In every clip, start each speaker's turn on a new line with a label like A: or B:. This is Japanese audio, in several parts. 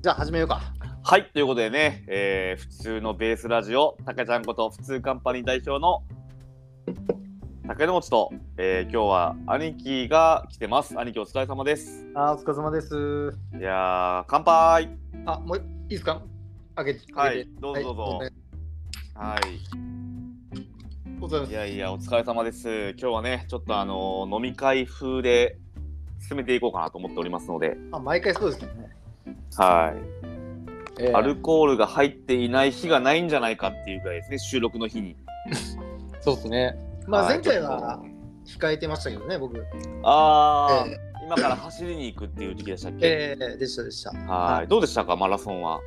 A: じゃあ始めようか。
B: はい、ということでね、えー普通のベースラジオ、たけちゃんこと普通カンパニー代表の竹野内と、えー今日は兄貴が来てます。兄貴お疲れ様です。
A: あーお疲れ様です。
B: いやー、乾杯
A: あもういいですか開けて。
B: はい
A: 開けて
B: どうぞどうぞ
A: はいお
B: は
A: 疲れ様
B: い。い
A: です。
B: やいや、お疲れ様です。今日はね、ちょっとあのー飲み会風で進めていこうかなと思っておりますので、
A: あ毎回そうですけどね。
B: はい。
A: えー
B: アルコールが入っていない日がないんじゃないかっていうぐらいですね、収録の日に。
A: そうですね。まあ
B: はい
A: 前回
B: ちょっ
A: は
B: と
A: 控えてましたけどね、僕。
B: あー
A: え、
B: 今から走りに行くっていう時でしたっけ、
A: えー、でしたでした。
B: はい、どうでしたかマラソンは。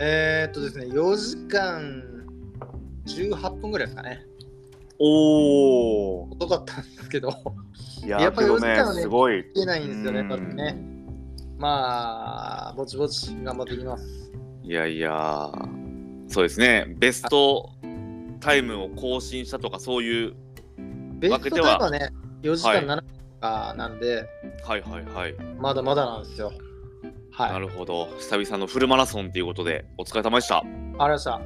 A: えー、っとですね、4時間18分ぐらいですかね。
B: おお。
A: 遅かったんですけど、
B: いや
A: や
B: ー
A: っぱ
B: け
A: り
B: ど
A: 四時
B: ね
A: 間はね
B: すごい。
A: 出ないんですよね、
B: うん
A: まずね。まあ、ぼちぼち頑張っていきます。
B: いやいやー、そうですね。ベストタイムを更新したとかそういう。
A: ベストタイムはね、4時間7分とかなんで、
B: はいはいはい。
A: まだまだなんですよ。はい。
B: なるほど。久々のフルマラソンということでお疲れ様でした。
A: ありました。あの、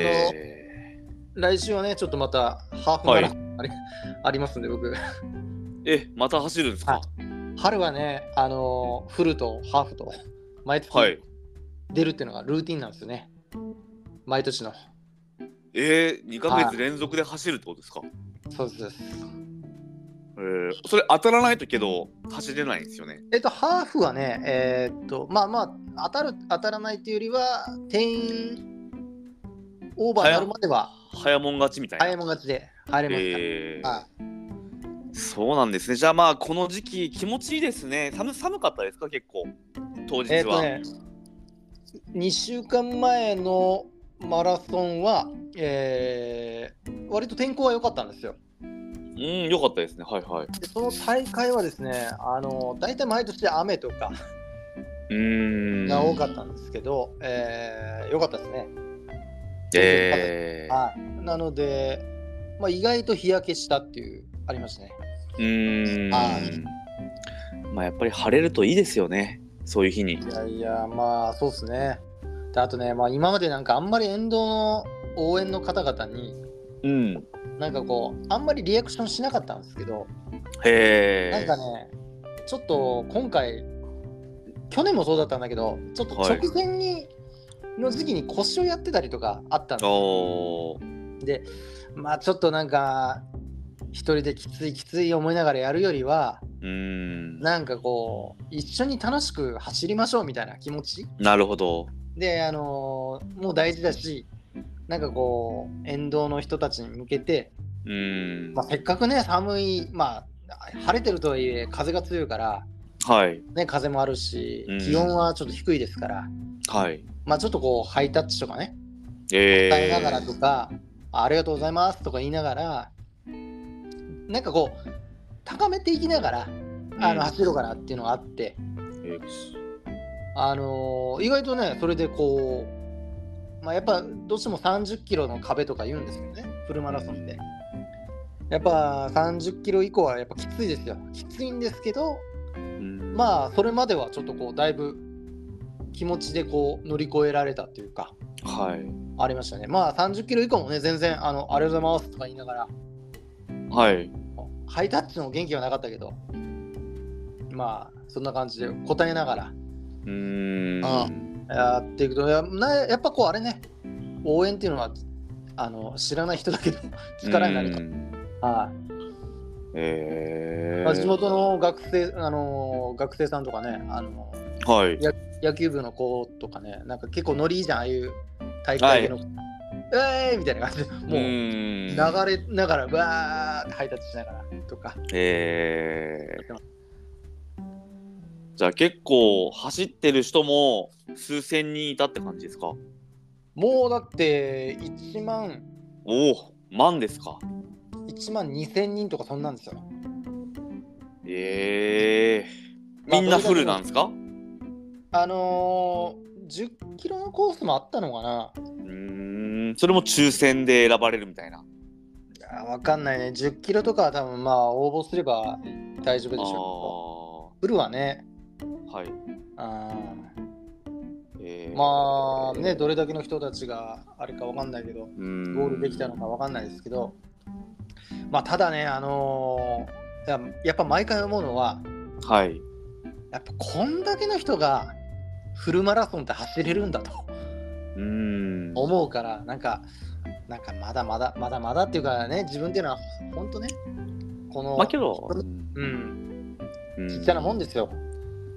B: え
A: 来週はね、ちょっとまたハーフマラソンあり,、 ありますんで、僕。
B: ーえまた走るんです
A: は
B: か。
A: 春はね、あの、フルとハーフと、毎月
B: はい。
A: 出るっていうのがルーティンなんですよね。毎年の。
B: えー、2ヶ
A: は
B: 月
A: い
B: 連続で走るってことですか、
A: そうですそうです。
B: えーそれ当たらないとけど走れないんですよね。
A: えっと、ハーフはね、えーっと、まあまあ、当たる、当たらないっていうよりは、定員オーバーになるまでは、
B: 早もん勝ちみたいな。
A: 早いもん勝ちで入れますから。
B: えー
A: はい
B: そうなんですね。じゃあまあこの時期気持ちいいですね。寒寒かったですか結構当日は。
A: えっ、とね、2週間前のマラソンは、えー割と天候は良かったんですよ。
B: うん良かったですね。はいはい。
A: でその大会はですね、あの大体毎年雨とか
B: うーん。
A: が多かったんですけど、えー良かったですね。
B: えー
A: はい、なので、まあ、意外と日焼けしたっていう、ありましたね。
B: うーん。
A: は
B: まあやっぱり晴れるといいですよね。そういう日に。
A: いやいや、まあそうですね。であとね、まあ、今までなんかあんまり沿道の応援の方々に、
B: うん。
A: なんかこう、あんまりリアクションしなかったんですけど、
B: へ
A: なん
B: え。
A: かね、ちょっと今回、去年もそうだったんだけど、ちょっと
B: はい
A: 直前に、の時期に腰をやってたりとかあったんで
B: おー
A: で、まあちょっとなんか、一人できついきつい思いながらやるよりは、
B: うーん。
A: なんかこう、一緒に楽しく走りましょうみたいな気持ち
B: なるほど。
A: で、あのーもう大事だし、なんかこう、沿道の人たちに向けて、
B: うーん。
A: まあ、せっかくね、寒い、まあ、晴れてるとはいえ、風が強いから、
B: はい
A: ね、風もあるし
B: うん、
A: 気温はちょっと低いですから、
B: はい。
A: まあちょっとこう、ハイタッチとかね、
B: え
A: 伝えながら
B: え
A: とか、あありがとうございますとか言いながら、なんかこう、高めていきながら、あ
B: うん
A: の走ろうかなっていうのがあって、
B: ー。
A: あのー意外とね、それでこう、まあ、やっぱどうしても30キロの壁とか言うんですけどね、フルマラソンって。やっぱ30キロ以降はやっぱきついですよ。きついんですけど、
B: あ。
A: まあそれまではちょっとこうだいぶ気持ちでこう乗り越えられたというか
B: はい。
A: ありましたねまあ30キロ以降もね全然あのありがとうございますとか言いながら
B: はい。
A: ハイタッチの元気はなかったけどまあそんな感じで答えなが
B: うーん。
A: あらやっていくとやなやっぱこうあれね応援っていうのはあの知らない人だけど力になる
B: う
A: と、
B: ん
A: はい
B: えー
A: まあ、地元の学生あの学生さんとかねあの
B: はい。
A: 野球部の子とかね、なんか結構ノリいいじゃん、ああいう大会での。えーみたいな感じで、もう
B: 長
A: 流れながら、わーってハイタッチしながらとか。
B: えーじゃあ結構走ってる人も数千人いたって感じですか
A: もうだって1万、
B: おお、万ですか
A: 1万2000人とかそんなんですよ。
B: ええ
A: まあ
B: みんなフルなんですか
A: あのー、10キロのコースもあったのかな
B: うーん、それも抽選で選ばれるみたいな。
A: あーわかんないね。10キロとかは多分まあ応募すれば大丈夫
B: あ
A: でし
B: あ
A: ょうけど。フルはね、
B: ー、はい。
A: あー
B: えー
A: まあね、どれだけの人たちがあれかわかんないけど、
B: うん
A: ゴールできたのかわかんないですけど、まあ、ただね、あのーいややっぱ毎回思うのは、
B: はい
A: やっぱこんだけの人がフルマラソンって走れるんだと
B: うん
A: 思うから、なんか、なんかまだまだ、まだまだっていうかね、自分っていうのは、本当ね、この、
B: まあけど
A: うん、
B: うん
A: ちっちゃなもんですよ。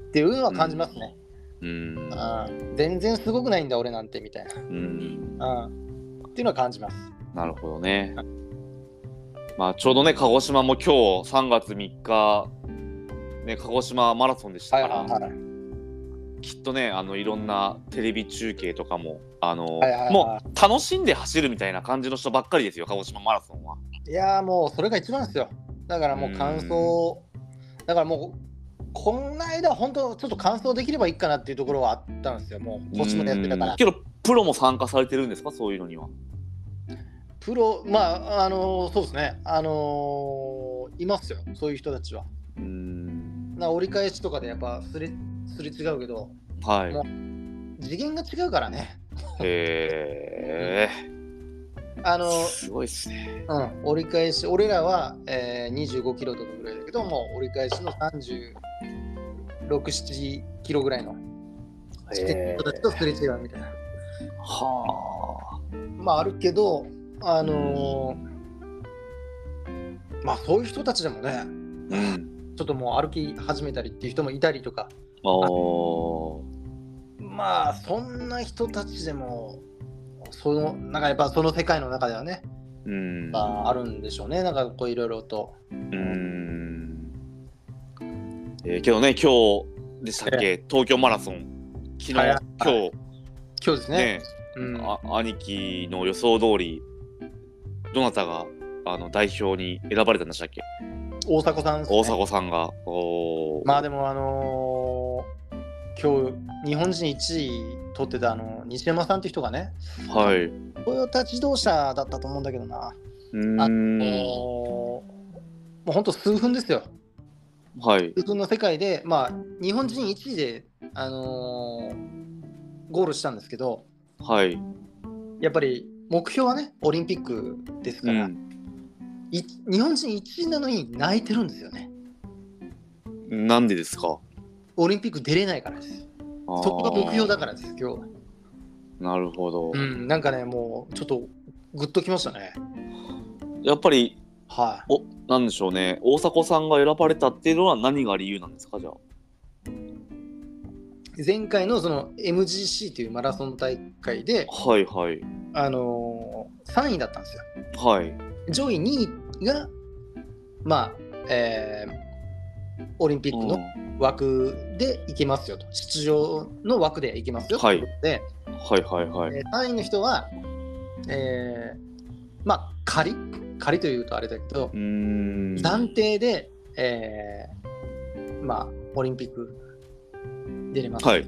A: っていうのは感じますね。
B: うん
A: うん、全然すごくないんだ、俺なんてみたい
B: うん
A: な。うん、っていうのは感じます。
B: なるほどねまあちょうどね鹿児島も今日3月3日ね鹿児島マラソンでした
A: はい
B: から、
A: はいはい。
B: きっとねあのいろんなテレビ中継とかもあの、
A: はいはいはい
B: もう楽しんで走るみたいな感じの人ばっかりですよ鹿児島マラソンは。
A: いやーもうそれが一番ですよ。だからもう完走、だからもう、この間、本当、ちょっと完走できればいいかなっていうところはあったんですよ、もう、腰もやってたか
B: うん
A: ら。
B: けどプロも参加されてるんですかそういうのには。
A: プロ、まあ、あのーそうですね、あのーいますよ、そういう人たちは。
B: うん
A: な折り返しとかでやっぱすれすれ違うけど、
B: はい
A: も。次元が違うからね、
B: へ
A: あ
B: え
A: の
B: すごいですね。
A: ーうん、折り返し、俺らは、えー25キロとかぐらいだけど、もう折り返しの36、7キロぐらいの。地点の人たちとすれ違うみたいな。
B: は
A: まああるけど、あのーまあそういう人たちでもね、
B: あ。うん。
A: ちょっともう歩き始めたりっていう人もいたりとか、
B: あー
A: まあそんな人たちでも、そのなんかやっぱその世界の中ではね、
B: うん。
A: まあ、あるんでしょうね、なんかこういろいろと。
B: うん。えー、けどね今日でしたっけ東京マラソン昨日、
A: はいはい
B: 今
A: 今
B: 日
A: 日ですね。
B: ね
A: うん、
B: あ兄貴の予想通りどなたがあの代表に選ばれたんでしたっけ
A: 大迫さんですね、
B: 大迫さんがおー
A: まあでもあのー今日日本人1位取ってたあの西山さんって人がね、
B: はいあ
A: トヨタ自動車だったと思うんだけどな。
B: の
A: もう本当数分ですよ。
B: はい
A: 数分の世界で、まあ、日本人1位で、あのーゴールしたんですけど、
B: はい、
A: やっぱり目標はね、オリンピックです
B: う
A: から、
B: ん、
A: い日本人1位なのに泣いてるんですよね。
B: なんでですか
A: オリンピック出れないからです。
B: そ
A: そこが目標だからです、今日は。
B: なるほど、
A: うん、なんかね、もうちょっとグッときましたね。
B: やっぱり
A: は
B: おなんでしょうね大迫さんが選ばれたっていうのは何が理由なんですかじゃあ
A: い、前回のその MGC というマラソン大会で、
B: はいはい
A: あのー、3位だったんですよ。
B: はい
A: 上位2位が、まあえーオリンピック
B: う
A: の
B: ん
A: 枠で行けますよと、出場の枠で行けますよと
B: はい
A: いうことで、
B: はいはいはい、
A: えー3位の人は、えーまあ、仮、仮というとあれだけど
B: う、ーん
A: 暫定で、えーまあ、オリンピック出れます、
B: はい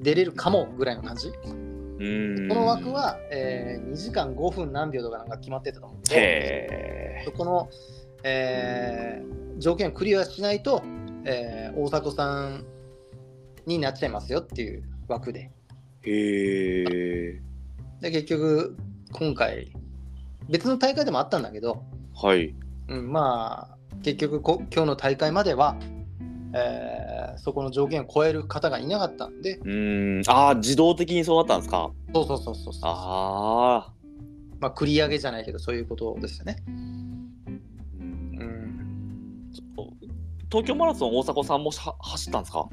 A: 出れるかもぐらいの感じ、
B: うん
A: この枠は、え2時間5分何秒とかなんか決まってたと思うんで。
B: へえ
A: そこの、えー条件をクリアしないと、えー大迫さんになっちゃいますよっていう枠で。
B: へえ
A: で結局、今回、別の大会でもあったんだけど、
B: はい
A: うん、まあ、結局こ、今日の大会までは、えーそこの条件を超える方がいなかったんで、
B: うーん、ああ、自動的にそうなったんですか。
A: そうそうそうそうそう
B: ああ、
A: まあ、繰り上げじゃないけど、そういうことですよね。
B: う
A: うんん、
B: ちょっと東京マラソン大迫さんもは走ったんですか。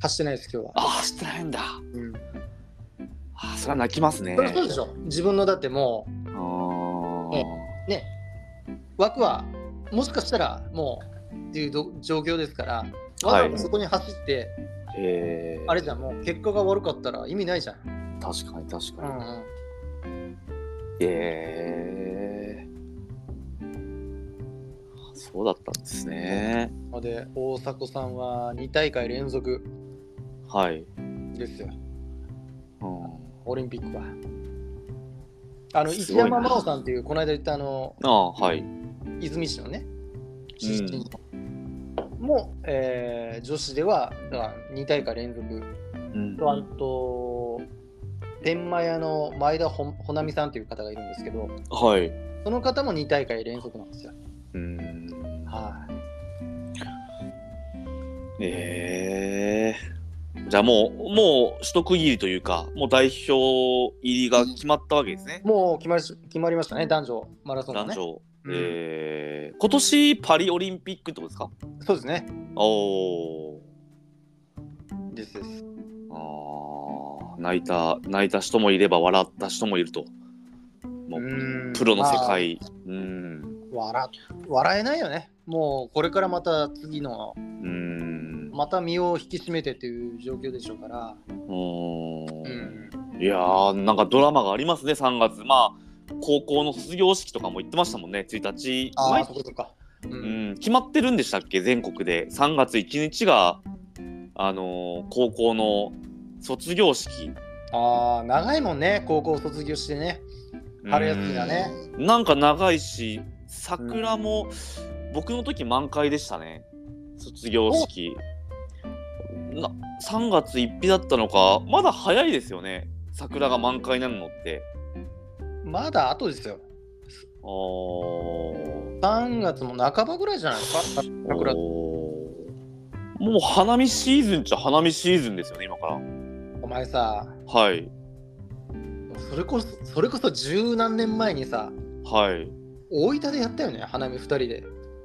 A: 走ってないです、今日
B: あ
A: は。
B: あ、走ってないんだ。
A: うん、
B: ああ、それは泣きますね。
A: それはそうでしょ。自分のだってもう、
B: あ
A: えね、枠はもしかしたらもうっていうど状況ですから、わざわざそこに走って、
B: あ、へえ、
A: あれじゃん、もう結果が悪かったら意味ないじゃん。
B: 確かに確
A: う
B: かに。
A: ん
B: へえ。そうだったんですね。
A: うん、ので、大迫さんは2大会連続
B: はい。
A: ですよ、
B: うん、
A: オリンピックは。あの
B: す
A: 一
B: ごいな
A: 山真央さんっていう、この間言ったあの
B: ああ、はい。
A: 泉市のね、出身の、もう、えー女子ではだから2大会連続
B: うん
A: とあと天満屋の前田ほほなみさんという方がいるんですけど、
B: はい。
A: その方も2大会連続なんですよ。
B: うん。
A: はい。
B: ええじゃあもう、もう一区切りというか、もう代表入りが決まったわけですね。
A: もう決まりし決まりましたね、男女マラソンの
B: 男
A: ね。
B: 女。
A: うん
B: ええ今年パリオリンピックってことですか
A: そうですね。
B: おー
A: ですです。
B: あー泣いた、泣いた人もいれば笑った人もいると。もうプ
A: プ
B: ロの世、界。うん。
A: まあ笑。笑えないよね。もうこれからまた次の、
B: うん。
A: また身を引き締めてという状況でしょうから。
B: う。
A: うんん。
B: いやーなんかドラマがありますね3月まあ高校の卒業式とかも言ってましたもんね1日
A: ああ、
B: 毎
A: そこそこか。う。
B: うんん、決まってるんでしたっけ全国で3月1日があのー高校の卒業式
A: ああ、長いもんね、高校卒業してね。春休みがね。
B: うんなんか長いし桜も、僕の時満開でしたね卒業式な3月1日だったのかまだ早いですよね桜が満開になるのって
A: まだ後ですよ。
B: あー
A: 3月も半ばぐらいじゃないですか、桜って
B: おーもう花見シーズンっちゃ花見シーズンですよね今から
A: お前さ、
B: はい
A: それこそ、それこそ十何年前にさ、
B: はい
A: 大分でやったよね、花見2人で。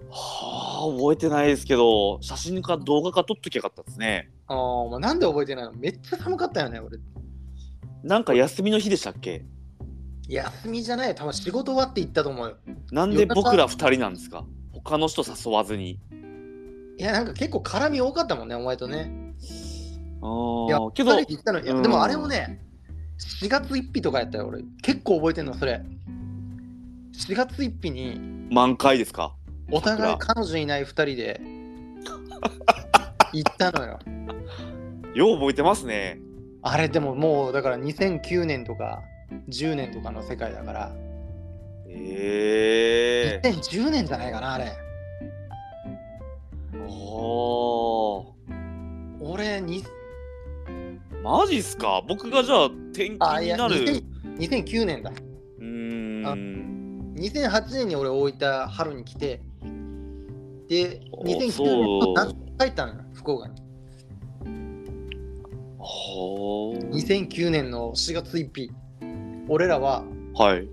B: はあ覚えてないですけど写真か動画か撮っときゃよかったですね
A: ああ、お前なんで覚えてないのめっちゃ寒かったよね、俺。
B: なんか休みの日でしたっけ
A: 休みじゃないよ、多分仕事終わって行ったと思うよ。
B: なんで僕ら2人なんですか他の人誘わずに
A: いや、なんか結構絡み多かったもんね、お前とね。
B: あ
A: いや
B: ー、け
A: 2
B: ど
A: 人で行ったのに、いや
B: うん
A: でもあれもね、4月1日とかやったよ、俺。結構覚えてんの、それ。4月1日に、
B: 満開ですか
A: お互い彼女いない2人で行ったのよ。
B: よう覚えてますね
A: あれでももうだから2009年とか10年とかの世界だから、
B: ええ
A: 2010年じゃないかなあれ。
B: ー、お
A: 俺に
B: ーマジっすか僕がじゃあ転
A: あ
B: 勤
A: い
B: に
A: や
B: なる
A: 2000 2009年だ。
B: うーん
A: 2008年に俺大分春に来てで
B: お
A: 2009年
B: そう
A: の夏帰ったのよ福岡に。
B: ほー
A: 2009年の4月1日俺らは
B: はい。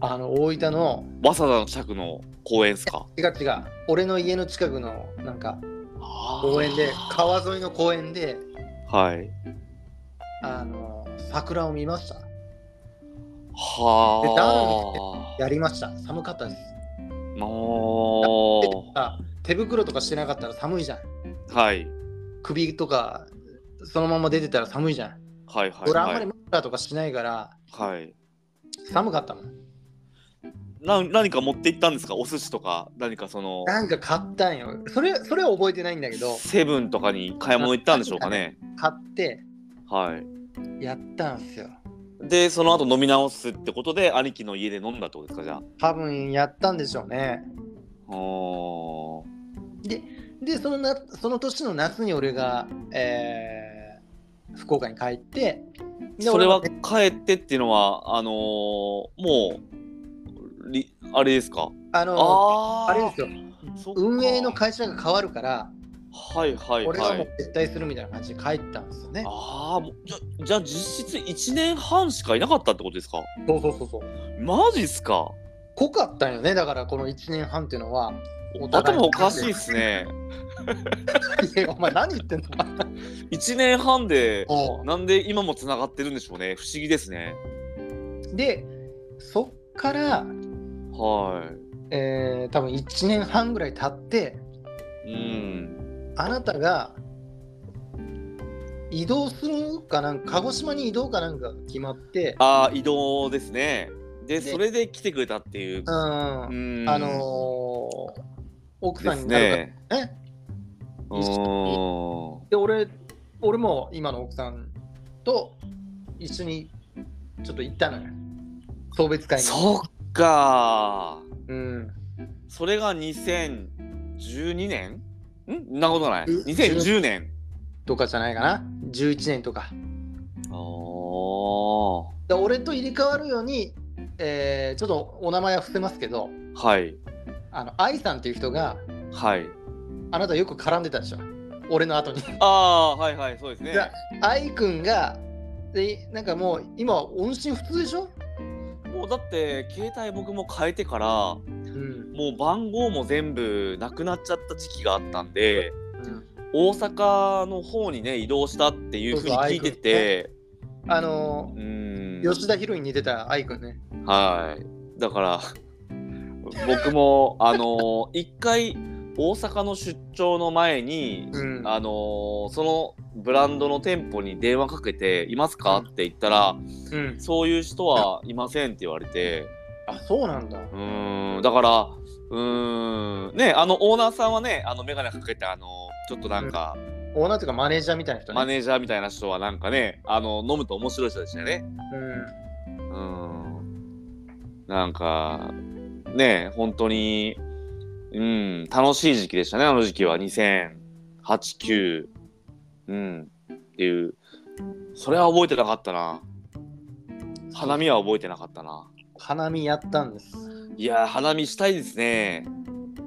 A: あの大分の
B: 早稲田の着の公園ですか。
A: 違う違う俺の家の近くのなんか公
B: 公
A: 園で川沿いの公園で
B: はい。
A: あの桜を見ましたでダ
B: はあ。
A: やりました寒かったです
B: も
A: あ手袋とかしてなかったら寒いじゃん
B: う。はい。
A: 首とかそのまま出てたら寒いじゃん、
B: はいはい
A: 俺あんま
B: は
A: り
B: い。
A: マフラーとかしないから
B: はい。
A: 寒かったもん
B: な何か持って行ったんですかお寿司とか何かその
A: なんか買ったんよそれそれは覚えてないんだけど
B: セブンとかに買い物行ったんでしょうかね
A: 買って
B: はい
A: やったんすよ
B: でその後飲み直すってことで兄貴の家で飲んだってことですかじゃあ
A: 多分やったんでしょうね
B: お
A: ででそのなその年の夏に俺が、えー福岡に帰ってで
B: それは
A: 俺も
B: 帰ってっていうのはあのーもうりあれですか
A: あの
B: あー
A: あれですよ
B: そっか
A: 運営の会社が変わるから、
B: はいはい
A: 俺が
B: は
A: もう
B: い。
A: 撤退するみたいな感じで帰ったんですよね。
B: ああ、もうじゃじゃあ実質1年半しかいなかったってことですか
A: そうそうそうそう。
B: マジっすか
A: 濃かったんよね、だからこの1年半っていうのは。 お互い
B: 頭おかしいっすね。
A: いや、お前何言ってんのお前
B: 1年半で、
A: お
B: なんで今もつながってるんでしょうね。不思議ですね。
A: うで、そっから、
B: は
A: えー、多分1年半ぐらい経って、
B: い。うん。
A: あなたが移動するかなんか、鹿児島に移動かなんか決まって、
B: ああ、移動ですね。で、
A: で
B: それで来てくれたっていう
A: う。ん、
B: うん
A: あのー奥さ
B: で
A: ん
B: す
A: になるから
B: ね。
A: ね
B: うーん。
A: で俺俺も今の奥さんと一緒にちょっと行ったのよ送別会に
B: そっかー。
A: うん
B: それが2012年んんなことない。
A: うん
B: 2010年。
A: とかじゃないかな11年とか
B: ああ
A: で俺と入れ替わるように、えーちょっとお名前は伏せますけど
B: あはい
A: あの愛さんっていう人が
B: はい
A: あなたよく絡んでたでしょ俺の後 に。
B: ああはいはいそうですね
A: じゃあ愛くんがでなんかもう今音信不通でしょ、
B: もうだって携帯僕も変えてからも
A: うん
B: う番号も全部なくなっちゃった時期があったんで大阪の方にね移動したっていうふうに聞いてて
A: あの
B: う
A: ー
B: ん
A: 吉田博に似てた愛くんね。
B: はいだから 僕もあの一回大阪の出張の前に
A: うん
B: あのそのブランドの店舗に電話かけて「いますか?」って言ったら
A: うん
B: 「そういう人はいません」って言われて
A: あそうなんだ。
B: うーんだからうーんねあのオーナーさんはねあの眼鏡かけてあのちょっとなんか
A: オーナーというかマネージャーみたいな人ね。
B: マネージャーみたいな人はなんかねあの飲むと面白い人でしたよね。
A: うん
B: うーんなんかね本当にうん楽しい時期でしたねあの時期は2089うんっていうそれは覚えてなかったな花見は覚えてなかったな
A: 花見やったんです。
B: いやー花見したいですね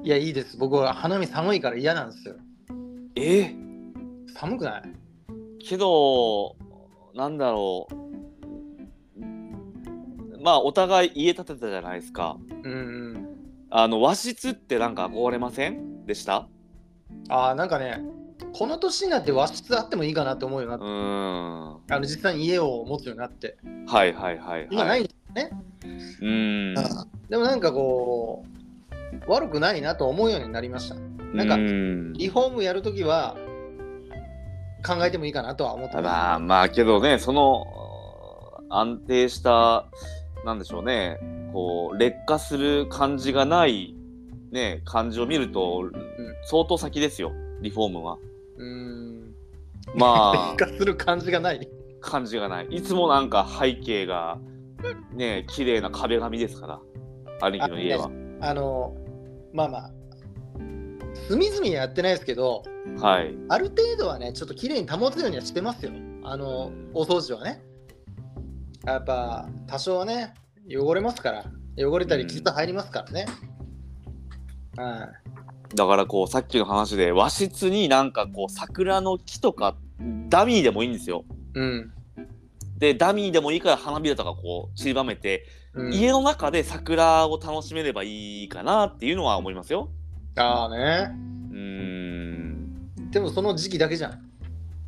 A: いやいいです。僕は花見寒いから嫌なんですよ。
B: えー
A: 寒くない
B: けどなんだろうまあお互い家建てたじゃないですか
A: うんうん。
B: あの和室ってなんか憧れませんでした
A: ああなんかねこの年になって和室あってもいいかなって思うよう
B: う
A: になって、
B: ーんは
A: あの実際に家を持つようになって
B: いはいはい、はい、
A: 今ないんだ
B: うーん
A: でもなんかこう悪くないなと思うようになりましたなんか
B: うー
A: リフォームやるときは考えてもいいかなとは思って
B: ん
A: ま
B: まあまあけどねその安定したなんでしょうねこう劣化する感じがないね感じを見ると、相当先ですよリフォームは
A: すうーん
B: まあ
A: 劣化する感じがない
B: 感じがないいつもなんか背景がね綺麗な壁紙ですから兄貴の家は、
A: あのまあまあ隅々やってないですけど
B: はい
A: ある程度はねちょっと綺麗に保つようにはしてますよあのお掃除はねやっぱ多少はね汚れますから汚れたり傷入りますからね、はい
B: だからこうさっきの話で和室になんかこう桜の木とかダミーでもいいんですよ
A: うん
B: でダミーでもいいから花びらとかこう散りばめて、
A: うん、
B: 家の中で桜を楽しめればいいかなっていうのは思いますよ
A: ああね
B: うーん
A: でもその時期だけじゃ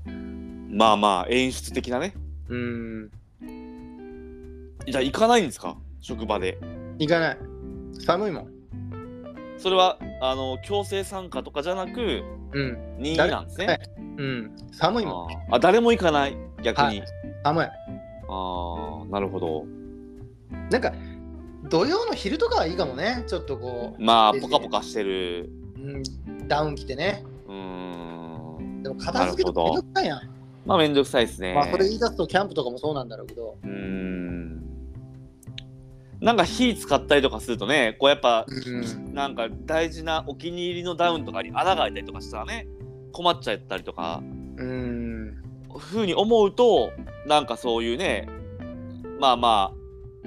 A: ん
B: まあまあ演出的なね
A: うん
B: じゃあ行かないんですか職場で
A: 行かない寒いもん
B: それはあの強制参加とかじゃなく
A: うん
B: 任意なんですね、
A: 誰うん寒いもん
B: あーあ誰も行かない逆に、
A: はい寒い
B: ああなるほど
A: なんか土曜の昼とかはいいかもねちょっとこ
B: まあ
A: です
B: ポ
A: ね
B: カポカしてる
A: う、うん、ダウン着てね
B: うーん
A: でも片付けとか
B: なる
A: めん
B: ほど
A: どくさいやん、
B: まあめんどくさいですね、
A: まあそれ言い出すとキャンプとかもそうなんだろうけど
B: うーんなんか火使ったりとかするとねこうやっぱ、
A: うん
B: なんか大事なお気に入りのダウンとかに穴が開いたりとかしたらね困っちゃったりとか
A: うん
B: ふうに思うとなんかそういうねまあま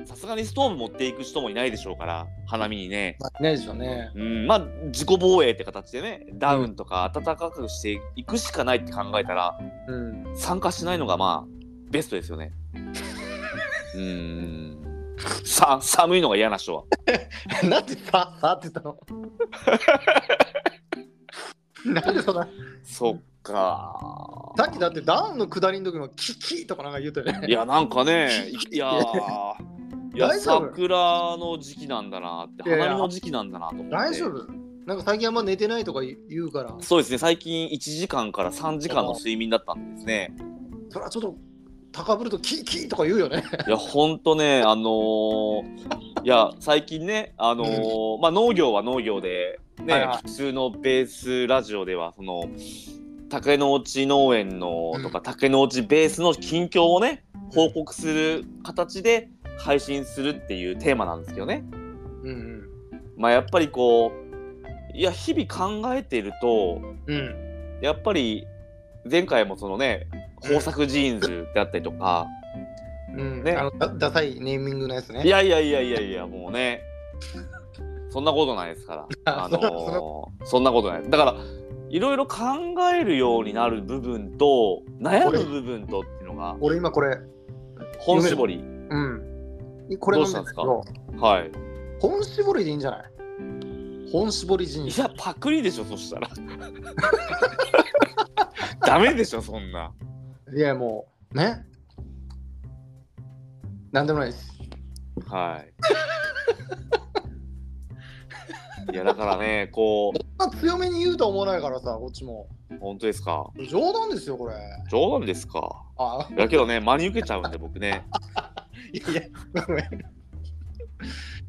B: あさすがにストーブ持っていく人もいないでしょうから花見にね、
A: まあねえでしょうね
B: うん、まあ自己防衛って形でねダウンとか暖かくしていくしかないって考えたら
A: うん
B: 参加しないのがまあベストですよね。うーん。さ寒いのが嫌な人は。
A: なんでささって言った のなんでそんな
B: そっか。
A: さっきだってダウンの下りの時もキキとかなんか言うとね
B: いやなんか ね、いいやー。いや
A: 大丈夫
B: 桜の時期なんだなって
A: いやいや
B: 花見の時期なんだなと思って
A: 大丈夫なんか最近あんま寝てないとか言うから
B: そうですね最近1時間から3時間の睡眠だったんでですね
A: それはちょっと高ぶるとキーキーとか言うよね
B: いやほんとねあのーいや最近ねあのーまあ農業は農業でね、
A: はいはい
B: 普通のベースラジオではその竹の内農園のとか、竹の内ベースの近況をね報告する形で配信するっていうテーマなんですけどね
A: うん
B: まあやっぱりこういや日々考えていると
A: うんうん
B: やっぱり前回もそのね豊作ジーンズであったりとか、
A: うん
B: ね
A: あのダダサいネーミングのやつね。
B: いやいやいやいやいやもうねそんなことないですからあのーそんなことないだからいろいろ考えるようになる部分と悩む部分とっていうのが
A: 俺今これ、
B: 本絞り
A: うん。これ飲んでるんですけ
B: ど
A: ど、
B: はい
A: 本絞りでいいんじゃない本絞り人
B: い
A: 生。
B: やパクリでしょそしたら ダメでしょそんない
A: や、もう、ね。なんでもないです。
B: はいいやだからねこ
A: まあ、強めに言うとは思わないからさ、こっちも。
B: う本当ですか
A: 冗談ですよ、これ。
B: 冗談ですか
A: あ、
B: だけどね真に受けちゃうんで僕ね
A: いやいや、ごめん。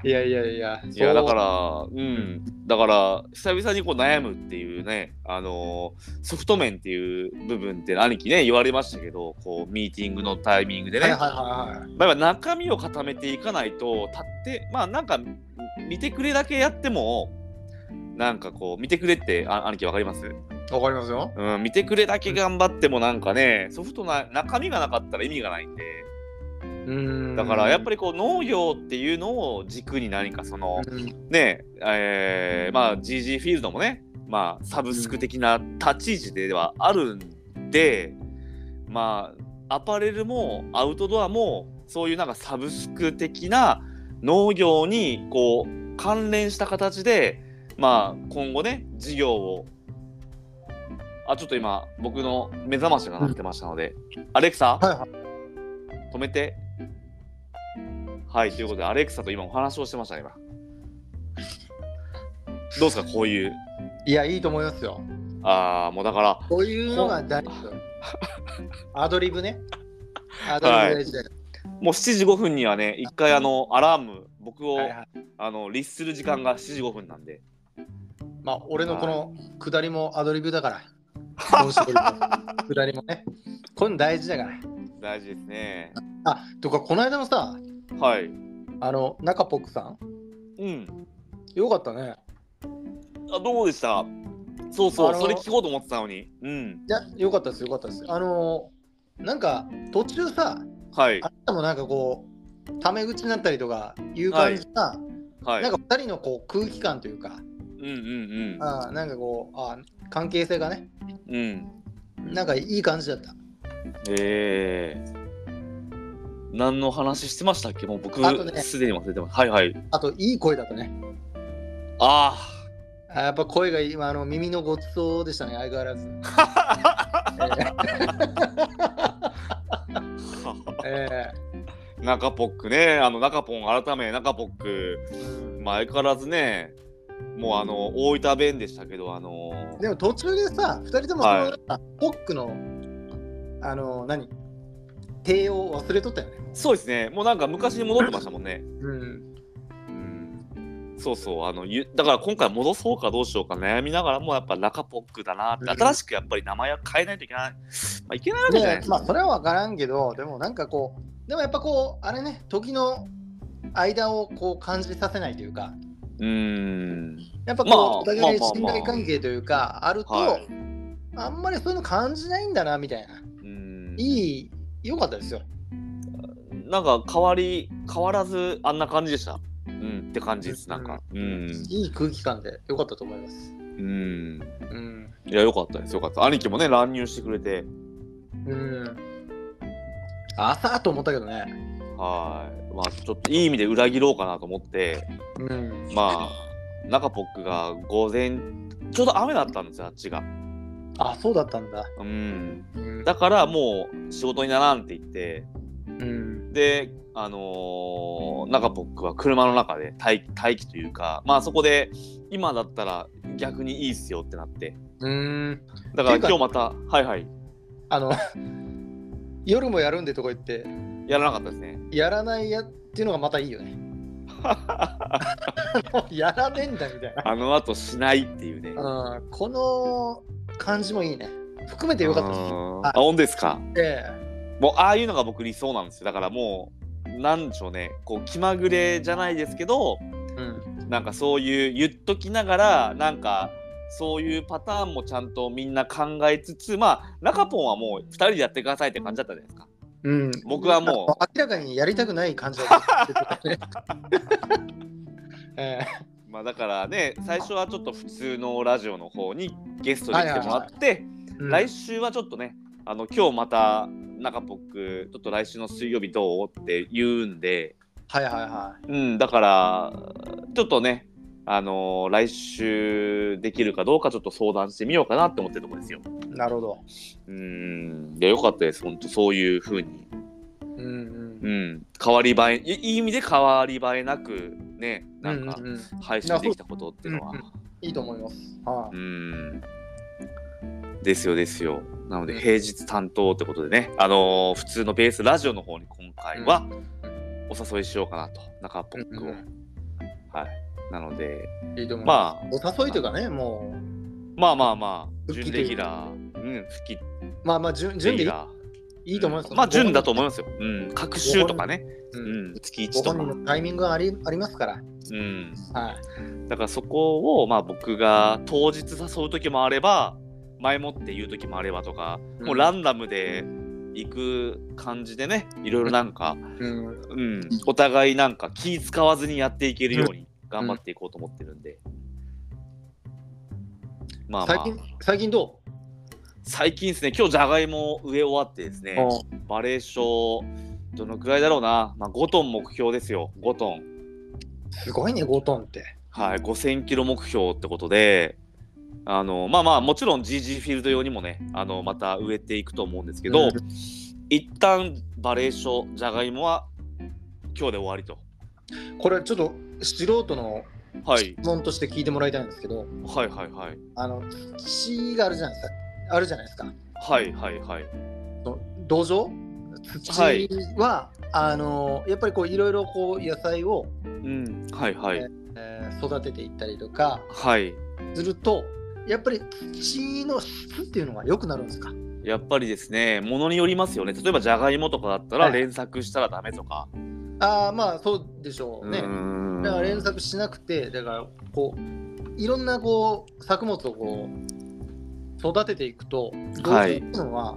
A: いやいやいや。
B: いや
A: そ
B: だ
A: う
B: からうんだから久々にこう悩むっていうねあのーソフト面っていう部分って兄貴ね言われましたけどこうミーティングのタイミングでね、
A: はいはいはいはい。
B: まあ、中身を固めていかないと立ってまあなんか見てくれだけやってもなんかこう見てくれってあ兄貴わかります、
A: わかりますよ。
B: うん、見てくれだけ頑張ってもなんかねソフトな中身がなかったら意味がないんで
A: うん。
B: だからやっぱ
A: り、
B: りこう農業っていうのを軸に何かその
A: うん、
B: ねえーまあ GG フィールドもねまあサブスク的な立ち位置ではあるんでまあアパレルもアウトドアもそういうなんかサブスク的な農業にこう関連した形でまあ今後ね事業をあちょっと今僕の目覚ましが鳴ってましたので、アレクサ、
A: はいは
B: 止めてはいということでアレクサと今お話をしてましたね今どうですかこういう
A: いや、いいと思いますよ。
B: ああもうだから
A: こういうのが大事だよ。 アドリブね。アドリブ大事だよ。
B: もう7時5分にはね一回あのアラーム僕を、
A: はいはい
B: あの律する時間が7時5分なんで
A: まあ、俺のこの下りもアドリブだから。どうしてくれるか 下りもね。こういうの大事だから。
B: 大事ですね
A: あ、とか、この間もさ、
B: はい
A: あの、中ポックさん、
B: うん
A: よかったね。
B: あどうでしたそうそ
A: あ
B: う
A: の
B: それ聞こうと思ってたのにうん
A: いや、よかったです、よかったです。あのー、なんか、途中さ、
B: はい
A: あなたもなんかこう、タメ口になったりとかいう感じさ、
B: はい
A: なんか2人のこう空気感というか、
B: うんうん
A: あーなんかこうあー、関係性がね、
B: うんうん
A: なんかいい感じだった。
B: ええ何の話してましたっけもう僕
A: あとね
B: すで、に忘れてますはいはい
A: あと、いい声だったね。
B: ああ
A: あやっぱ声が今あの耳のごちそうでしたね相変わらず。え
B: 中ポックねあの中ポン改め中ポック
A: えうん
B: まあ相変わらずねもうあの大分弁でしたけどあの
A: でも途中でさ2人ともその、
B: はい
A: あポックのあの何帝王忘れとったよね。
B: そうですねもうなんか昔に戻ってましたもんね、
A: うん、
B: うん、そうそうあのゆだから今回戻そうかどうしようか悩みながらもやっぱ中ポックだなって
A: うん
B: 新しくやっぱり名前は変えないといけない、まあ、いけないわけじゃない
A: で
B: ですか、
A: まあそれは分からんけどでもなんかこうでもやっぱこうあれね時の間をこう感じさせないというか
B: うーん
A: やっぱこう、
B: まあ
A: お互い
B: まあまあ
A: 信
B: まあ
A: 頼関係というかあると、
B: はい
A: あんまりそういうの感じないんだなみたいな。
B: うーん
A: いい良かったですよ。
B: なんか変わり変わらずあんな感じでしたうんって感じですなんかうん
A: いい空気感で良かったと思います。
B: うん
A: うん。
B: いや、よかったです。よかった。兄貴もね、乱入してくれて。
A: うん。朝と思ったけどね。
B: はい。まあ、ちょっといい意味で裏切ろうかなと思って、
A: うん。
B: まあ、中ポックが午前、ちょうど雨だったんですよ、あっちが。
A: あ、そうだったんだ。
B: うん。
A: うん。
B: だから、もう、仕事にならんって言って、
A: うん。
B: で、あのー中ポックは車の中で待待機というか、まあ、そこで、今だったら逆にいいっすよってなって。
A: うん。
B: だから、
A: ていうか
B: 今日また、はいはい、
A: あの、 夜もやるんでとか言って、
B: やらなかったですね。
A: やらないやっていうのがまたいいよ ね。 やらねえんだみたい
B: あの後しないっていうね。
A: な。うん。この感じもいいね。含めて良かったで
B: うんあ、本当ですか。
A: す。え
B: もうああいうのが僕理想なんですよだからもうなんでしょうねこう気まぐれじゃないですけど
A: えうん。
B: なんかそういう言っときながらなんかそういうパターンもちゃんとみんな考えつつまあ中ポンはもう2人でやってくださいって感じだったじゃないですか
A: うん、
B: 僕はも
A: う明らかにやりたくない感じだった、 ねえ
B: まあだからね最初はちょっと普通のラジオの方にゲストで来てもらって
A: えうん
B: 来週はちょっとねあの今日また中僕ちょっと来週の水曜日どうって言うんで
A: はいはいはい
B: うんだからちょっとねあの来週できるかどうかちょっと相談してみようかなって思ってるところですよ。
A: なるほど
B: うんでよかったです本当そういう風に
A: うんうん
B: うん変わり映えいいい意味で変わり映えなくねなんか
A: うんうんうん
B: 配信できたことっていうのは。
A: うんうんいいと思いますは
B: う
A: い、
B: ん。ですよですよ。なので平日担当ってことでね、あのー普通のベースラジオの方に今回はお誘いしようかなと、中ポックを。
A: うんう
B: はい。なので、
A: いいと思いま
B: まあ、
A: す、お誘いというかねも
B: まあまあまあ、
A: 復
B: 準
A: 帰と
B: レ
A: いう
B: ギュラー、うん、復帰
A: うまあまあ順順でいい
B: ラー。
A: いいと思います、
B: まあ、順だと思いますよ。うん、各週とかね、
A: う
B: うんん、月
A: ご
B: 1と
A: 本人
B: か。
A: のタイミングがありありますから、
B: うん。
A: はい、
B: だからそこを、まあ僕が当日誘う時もあれば、前もって言う時もあればとか、もうランダムで行く感じでね、いろいろなんか、
A: うん、
B: うん、お互いなんか気使わずにやっていけるように頑張っていこうと思ってるんで。まあまあ
A: 最、近最近どう
B: 最近ですね、今日じゃがいも植え終わってですね、バレー賞、どのくらいだろうな、まあ、5トン目標ですよ、5トン。
A: すごいね5トンって
B: はい、5000キロ目標ってことで、あのまあまあ、もちろん GG フィールド用にもね、あのまた植えていくと思うんですけど、
A: うん
B: 一旦バレー賞、じゃがいもは今日で終わりと。
A: これちょっと素人の
B: はい
A: 質、問として聞いてもらいたいんですけど、
B: はいはいはい。
A: あの土があるじゃないですかあるじゃないですか
B: はいはいはい。
A: その土壌土は、
B: はい
A: あのやっぱりこういろいろこう野菜を、
B: うん、はいは
A: え
B: い。
A: えー育てていったりとか
B: はい。
A: するとやっぱり土の質っていうのが良くなるんですか
B: やっぱりですね、ものによりますよね。例えば、じゃがいもとかだったら
A: はい
B: 連作したらダメとか。
A: ああまあそうでしょうね
B: うーん
A: だから連作しなくてだからこういろんなこう作物をこう育てていくと土壌っていうのは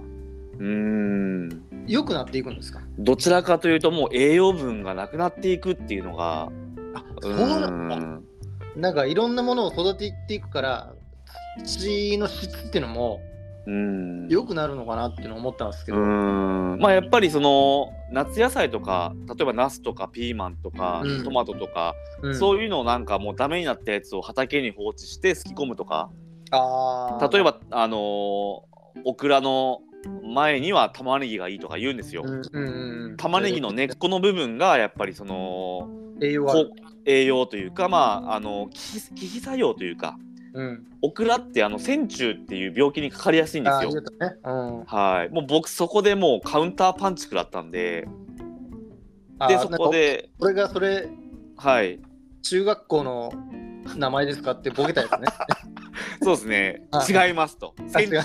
B: うーん。
A: 良くなっていくんですか、
B: どちらかというと、もう栄養分がなくなっていくっていうのが。
A: あそうう
B: ー
A: なんだ
B: ん。
A: なんかいろんなものを育てていくから土の質っていうのも
B: うーん。
A: 良くなるのかなっていうのを思ったんですけ
B: う
A: ど、
B: ーんまあやっぱりその夏野菜とか例えばナスとかピーマンとか
A: うん
B: トマトとか、
A: うん
B: そういうのをなんかもうダメになったやつを畑に放置してすき込むとか
A: あー
B: 例えばあのーオクラの前には玉ねぎがいいとか言うんですよ。
A: うんうんうん
B: 玉ねぎの根っこの部分がやっぱりその
A: 栄養あ
B: こ
A: る
B: う栄養というかまああの忌避忌避作用というか
A: うん
B: オクラってあの線虫っていう病気にかかりやすいんで
A: あ
B: す
A: ー言
B: よ
A: う。とねうん
B: はい、もう僕そこでもうカウンターパンチ食らったんで
A: あ
B: で
A: ー
B: そこ
A: なんか
B: で
A: これがそれ
B: はい
A: 中学校の名前ですかってボケたやつね
B: そうですね
A: あ
B: 違いますと
A: あ違
B: 線
A: う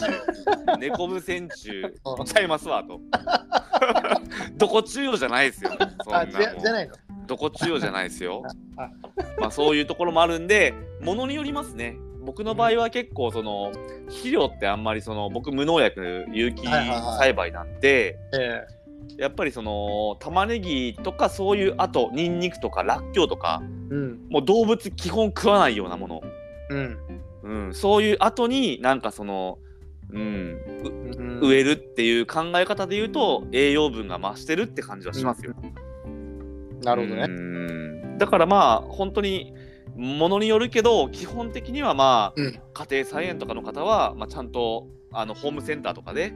B: 虫猫分線虫
A: うん
B: ちゃいますわと どこ中央じゃないですよ そんな
A: あ
B: も
A: じゃ
B: ん
A: じゃないの
B: どこ中央じゃないで すよ
A: ああ。
B: まあそういうところもあるんで、ものによりますね。僕の場合は結構その肥料ってあんまりその僕無農薬有機
A: はいはいはい
B: 栽培なんで、
A: え
B: やっぱりその玉ねぎとかそういうあとニンニクとからっきょうとか
A: えうん
B: もう動物基本食わないようなもの、
A: うん
B: うん、そういう後になんかその、うん、
A: うん
B: 植えるっていう考え方で言うと栄養分が増してるって感じはしますよ。
A: なるほどね。
B: ね。だからまあ本当にものによるけど基本的にはまあ
A: うん
B: 家庭菜園とかの方は、まあ、ちゃんとあのホームセンターとかで、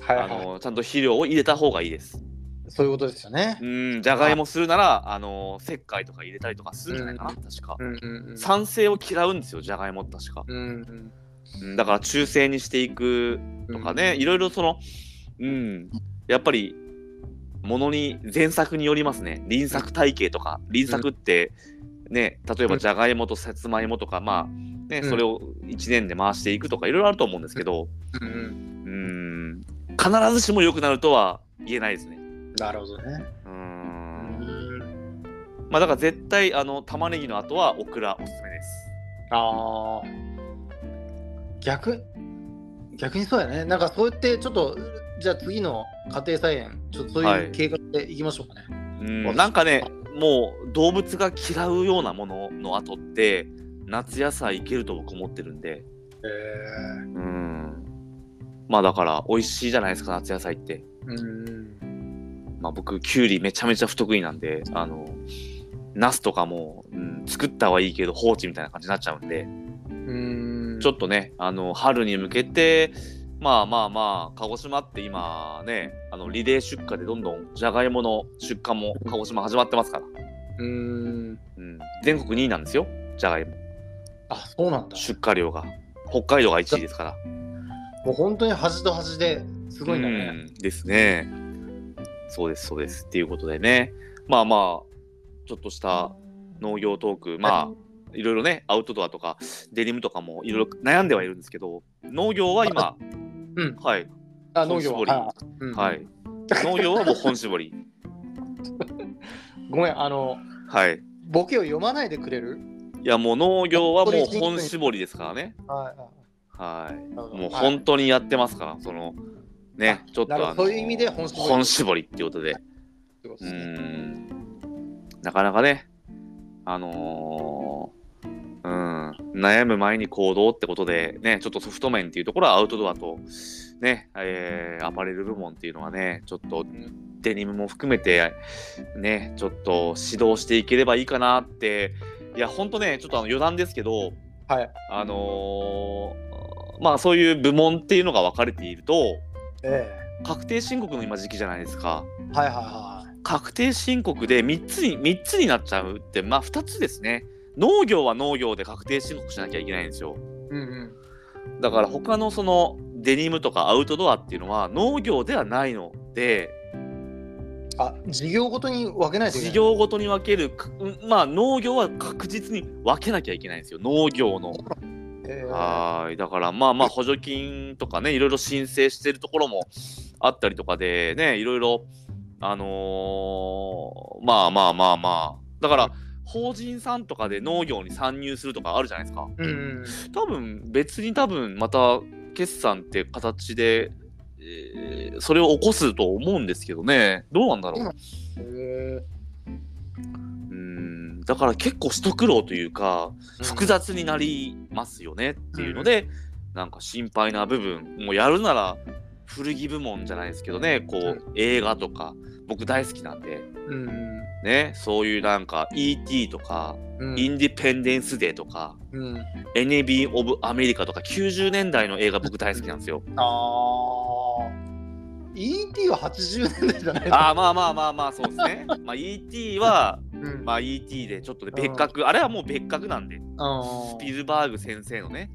A: はい
B: あ
A: はい。
B: のちゃんと肥料を入れた方がいいです。
A: そういうことですよね
B: う。んじゃがいもするならあの石灰とか入れたりとかするんじゃないかな、確か。
A: うんうんうん。
B: 酸性を嫌うんですよじゃがいもって確か、
A: うんうん
B: うんだから中性にしていく
A: うん
B: とか。ね、いろいろそのうんやっぱりものに前作によりますね輪作体系とか輪作ってね例え
A: う
B: ば
A: ん
B: じゃがいもとさつまいもとかまあね
A: うん
B: それを1年で回していくとかいろいろあると思うんですけど
A: うんうん
B: うん必ずしも良くなるとは言えないですね。
A: なるほどね。
B: うん
A: うん
B: まあだから絶対あの玉ねぎの後はオクラおすすめです。
A: ああ。逆逆にそうやね。なんかそうやってちょっとじゃあ次の家庭菜園、ちょっとそう
B: はいいう
A: 計画でいきましょうかね。
B: うんなんかねもう動物が嫌うようなものの後って夏野菜いけると僕思ってるんで
A: え
B: うんまあだから美味しいじゃないですか夏野菜って
A: ー、うん。
B: まあ僕きゅうりめちゃめちゃ不得意なんであのナスとかも、うん、作ったはいいけど放置みたいな感じになっちゃうんで
A: うん。
B: ちょっとねあの春に向けてまあまあまあ鹿児島って今ねあのリレー出荷でどんどんじゃがいもの出荷も鹿児島始まってますから、
A: うん。
B: うん、全国2位なんですよじゃがいも
A: あ、そうなんだ。
B: 出荷量が北海道が1位ですから
A: もう本当に端と端ですごいんだね。
B: うんですねそうですそうですっていうことでねまあまあちょっとした農業トークまあいろいろねアウトドアとかデニムとかもいろいろ悩んではいるんですけど農業は今、
A: うん
B: はい、
A: あ、農業
B: 本絞り
A: は。あうん
B: はい、農業はもう本 絞り
A: ごめん、あの、
B: はい
A: ボケを読まないでくれる
B: いやもう農業はもう本絞りですからね
A: はい。
B: はい
A: なるほど
B: もう
A: はい
B: 本当にやってますからそのねちょっと
A: なる
B: あ
A: ほ
B: の
A: どそういう意味で本絞り
B: 本絞りっていうことで
A: ってことで
B: う
A: すね
B: んなかなかね、あのーうん、悩む前に行動ってことで、ね、ちょっとソフト面っていうところはアウトドアと、ねえーアパレル部門っていうのはね、ちょっとデニムも含めて、ね、ちょっと指導していければいいかなって、いや、ほんとね、ちょっとあの余談ですけど、
A: はい。
B: あのーまあそういう部門っていうのが分かれていると、
A: え
B: 確定申告の今時期じゃないですか。
A: えはいはいはい。
B: 確定申告で3つに3つになっちゃうってまあ2つですね農業は農業で確定申告しなきゃいけないんですよ
A: うんうん。
B: だから他のそのデニムとかアウトドアっていうのは農業ではないので
A: あ、事業ごとに分けないといけな
B: 事
A: い。
B: 業ごとに分けるかうんまあ農業は確実に分けなきゃいけないんですよ農業の
A: ええ
B: はーいだからまあまあ補助金とかねいろいろ申請してるところもあったりとかでねいろいろあのーまあまあまあまあだから法人さんとかで農業に参入するとかあるじゃないですか
A: うんうん。
B: 多分別に多分また決算って形で、えーそれを起こすと思うんですけどねどうなんだろう
A: え
B: うんだから結構一苦労というか
A: え
B: 複雑になりますよねっていうので、なんか心配な部分もうやるなら古着部門じゃないですけどねこう、
A: うん
B: 映画とか僕大好きなんで
A: うんうん。
B: ねそういうなんか E.T. とか、
A: うん
B: インディペンデンス・デーとか
A: うん、
B: NAB ・オブ・アメリカとか90年代の映画僕大好きなんで すよ。
A: ああ ET は80年代じゃないの
B: あーまあまあまあまあそうですね。まあ E.T. は、
A: うん
B: まあ、E.T. でちょっとね別格あれはもう別格なんで
A: あ
B: ス
A: ー
B: ピルバーグ先生のね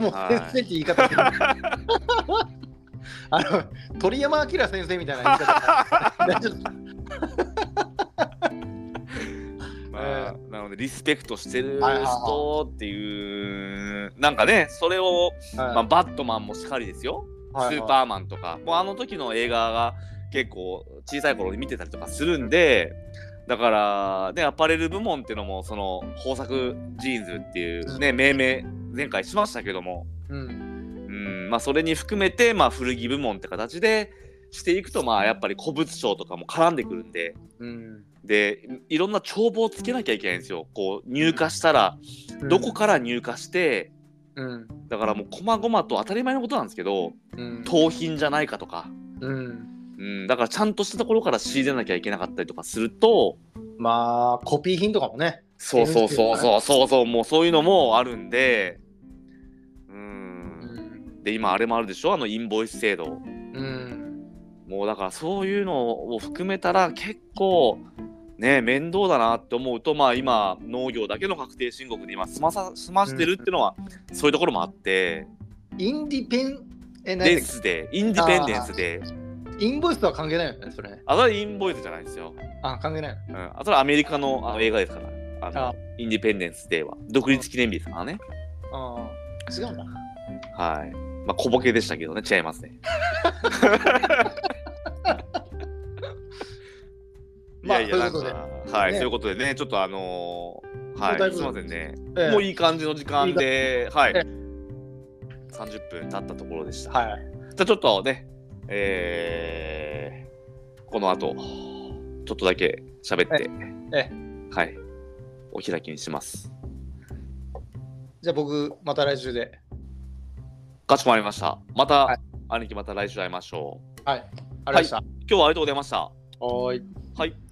A: もう先生って言い方あの鳥山明先生みたいな言い 方大丈夫
B: まあ、なのでリスペクトしてる
A: はいはいはい
B: 人っていうなんかねそれを、まあ、
A: は
B: バットマンもしっかりですよ、
A: いはい
B: スーパーマンとかもうあの時の映画が結構小さい頃に見てたりとかするんでだからねアパレル部門っていうのもその豊作ジーンズっていうね命名前回しましたけども、
A: うん
B: うんまあ、それに含めて、まあ、古着部門って形でしていくとまあやっぱり古物商とかも絡んでくるんで。
A: うん
B: でいろんな帳簿をつけなきゃいけないんですよこう入荷したら
A: うん
B: どこから入荷して、
A: うん
B: だからもう細々と当たり前のことなんですけど
A: うん
B: 盗品じゃないかとか、
A: うん
B: うん、だからちゃんとしたところから仕入れなきゃいけなかったりとかすると
A: まあコピー品とかもね
B: そうそうそうそうそうそうもうそういうのもあるんでうん
A: ん
B: で今あれもあるでしょあのインボイス制度
A: うん
B: もうだからそういうのを含めたら結構ね面倒だなって思うとまあ今農業だけの確定申告で今済まさ済ましてるっていうのはそういうところもあって、
A: インディペンえ何
B: デ
A: で
B: ンスでインディペンデンスで
A: インボイスとは関係ないよねそれね
B: あそれはインボイスじゃないんですよ、
A: あ関係ない
B: うん、あそれはアメリカのあの映画ですからあの
A: あ
B: インディペンデンスデーは独立記念日ですからね
A: あー違うんだ
B: はいまあ小ボケでしたけどね違いますね
A: まあ
B: いやいやなんか
A: という
B: はい、
A: ね
B: そういうことでねちょっとあのーは
A: だい
B: い、
A: ぶ
B: すいませんね、
A: ええ
B: もういい感じの時間で、はい、
A: ええ
B: 30分経ったところでした。
A: はい
B: じゃあちょっとね、えーこの後、ちょっとだけ喋って、
A: ええ
B: はい、お開きにします。
A: じゃあ僕、また来週で。
B: かしこまりました。また、
A: はい
B: 兄貴また来週会いましょう。
A: はい。ありがとうございました。
B: 今日はありがとうございました。
A: はーい。
B: はい。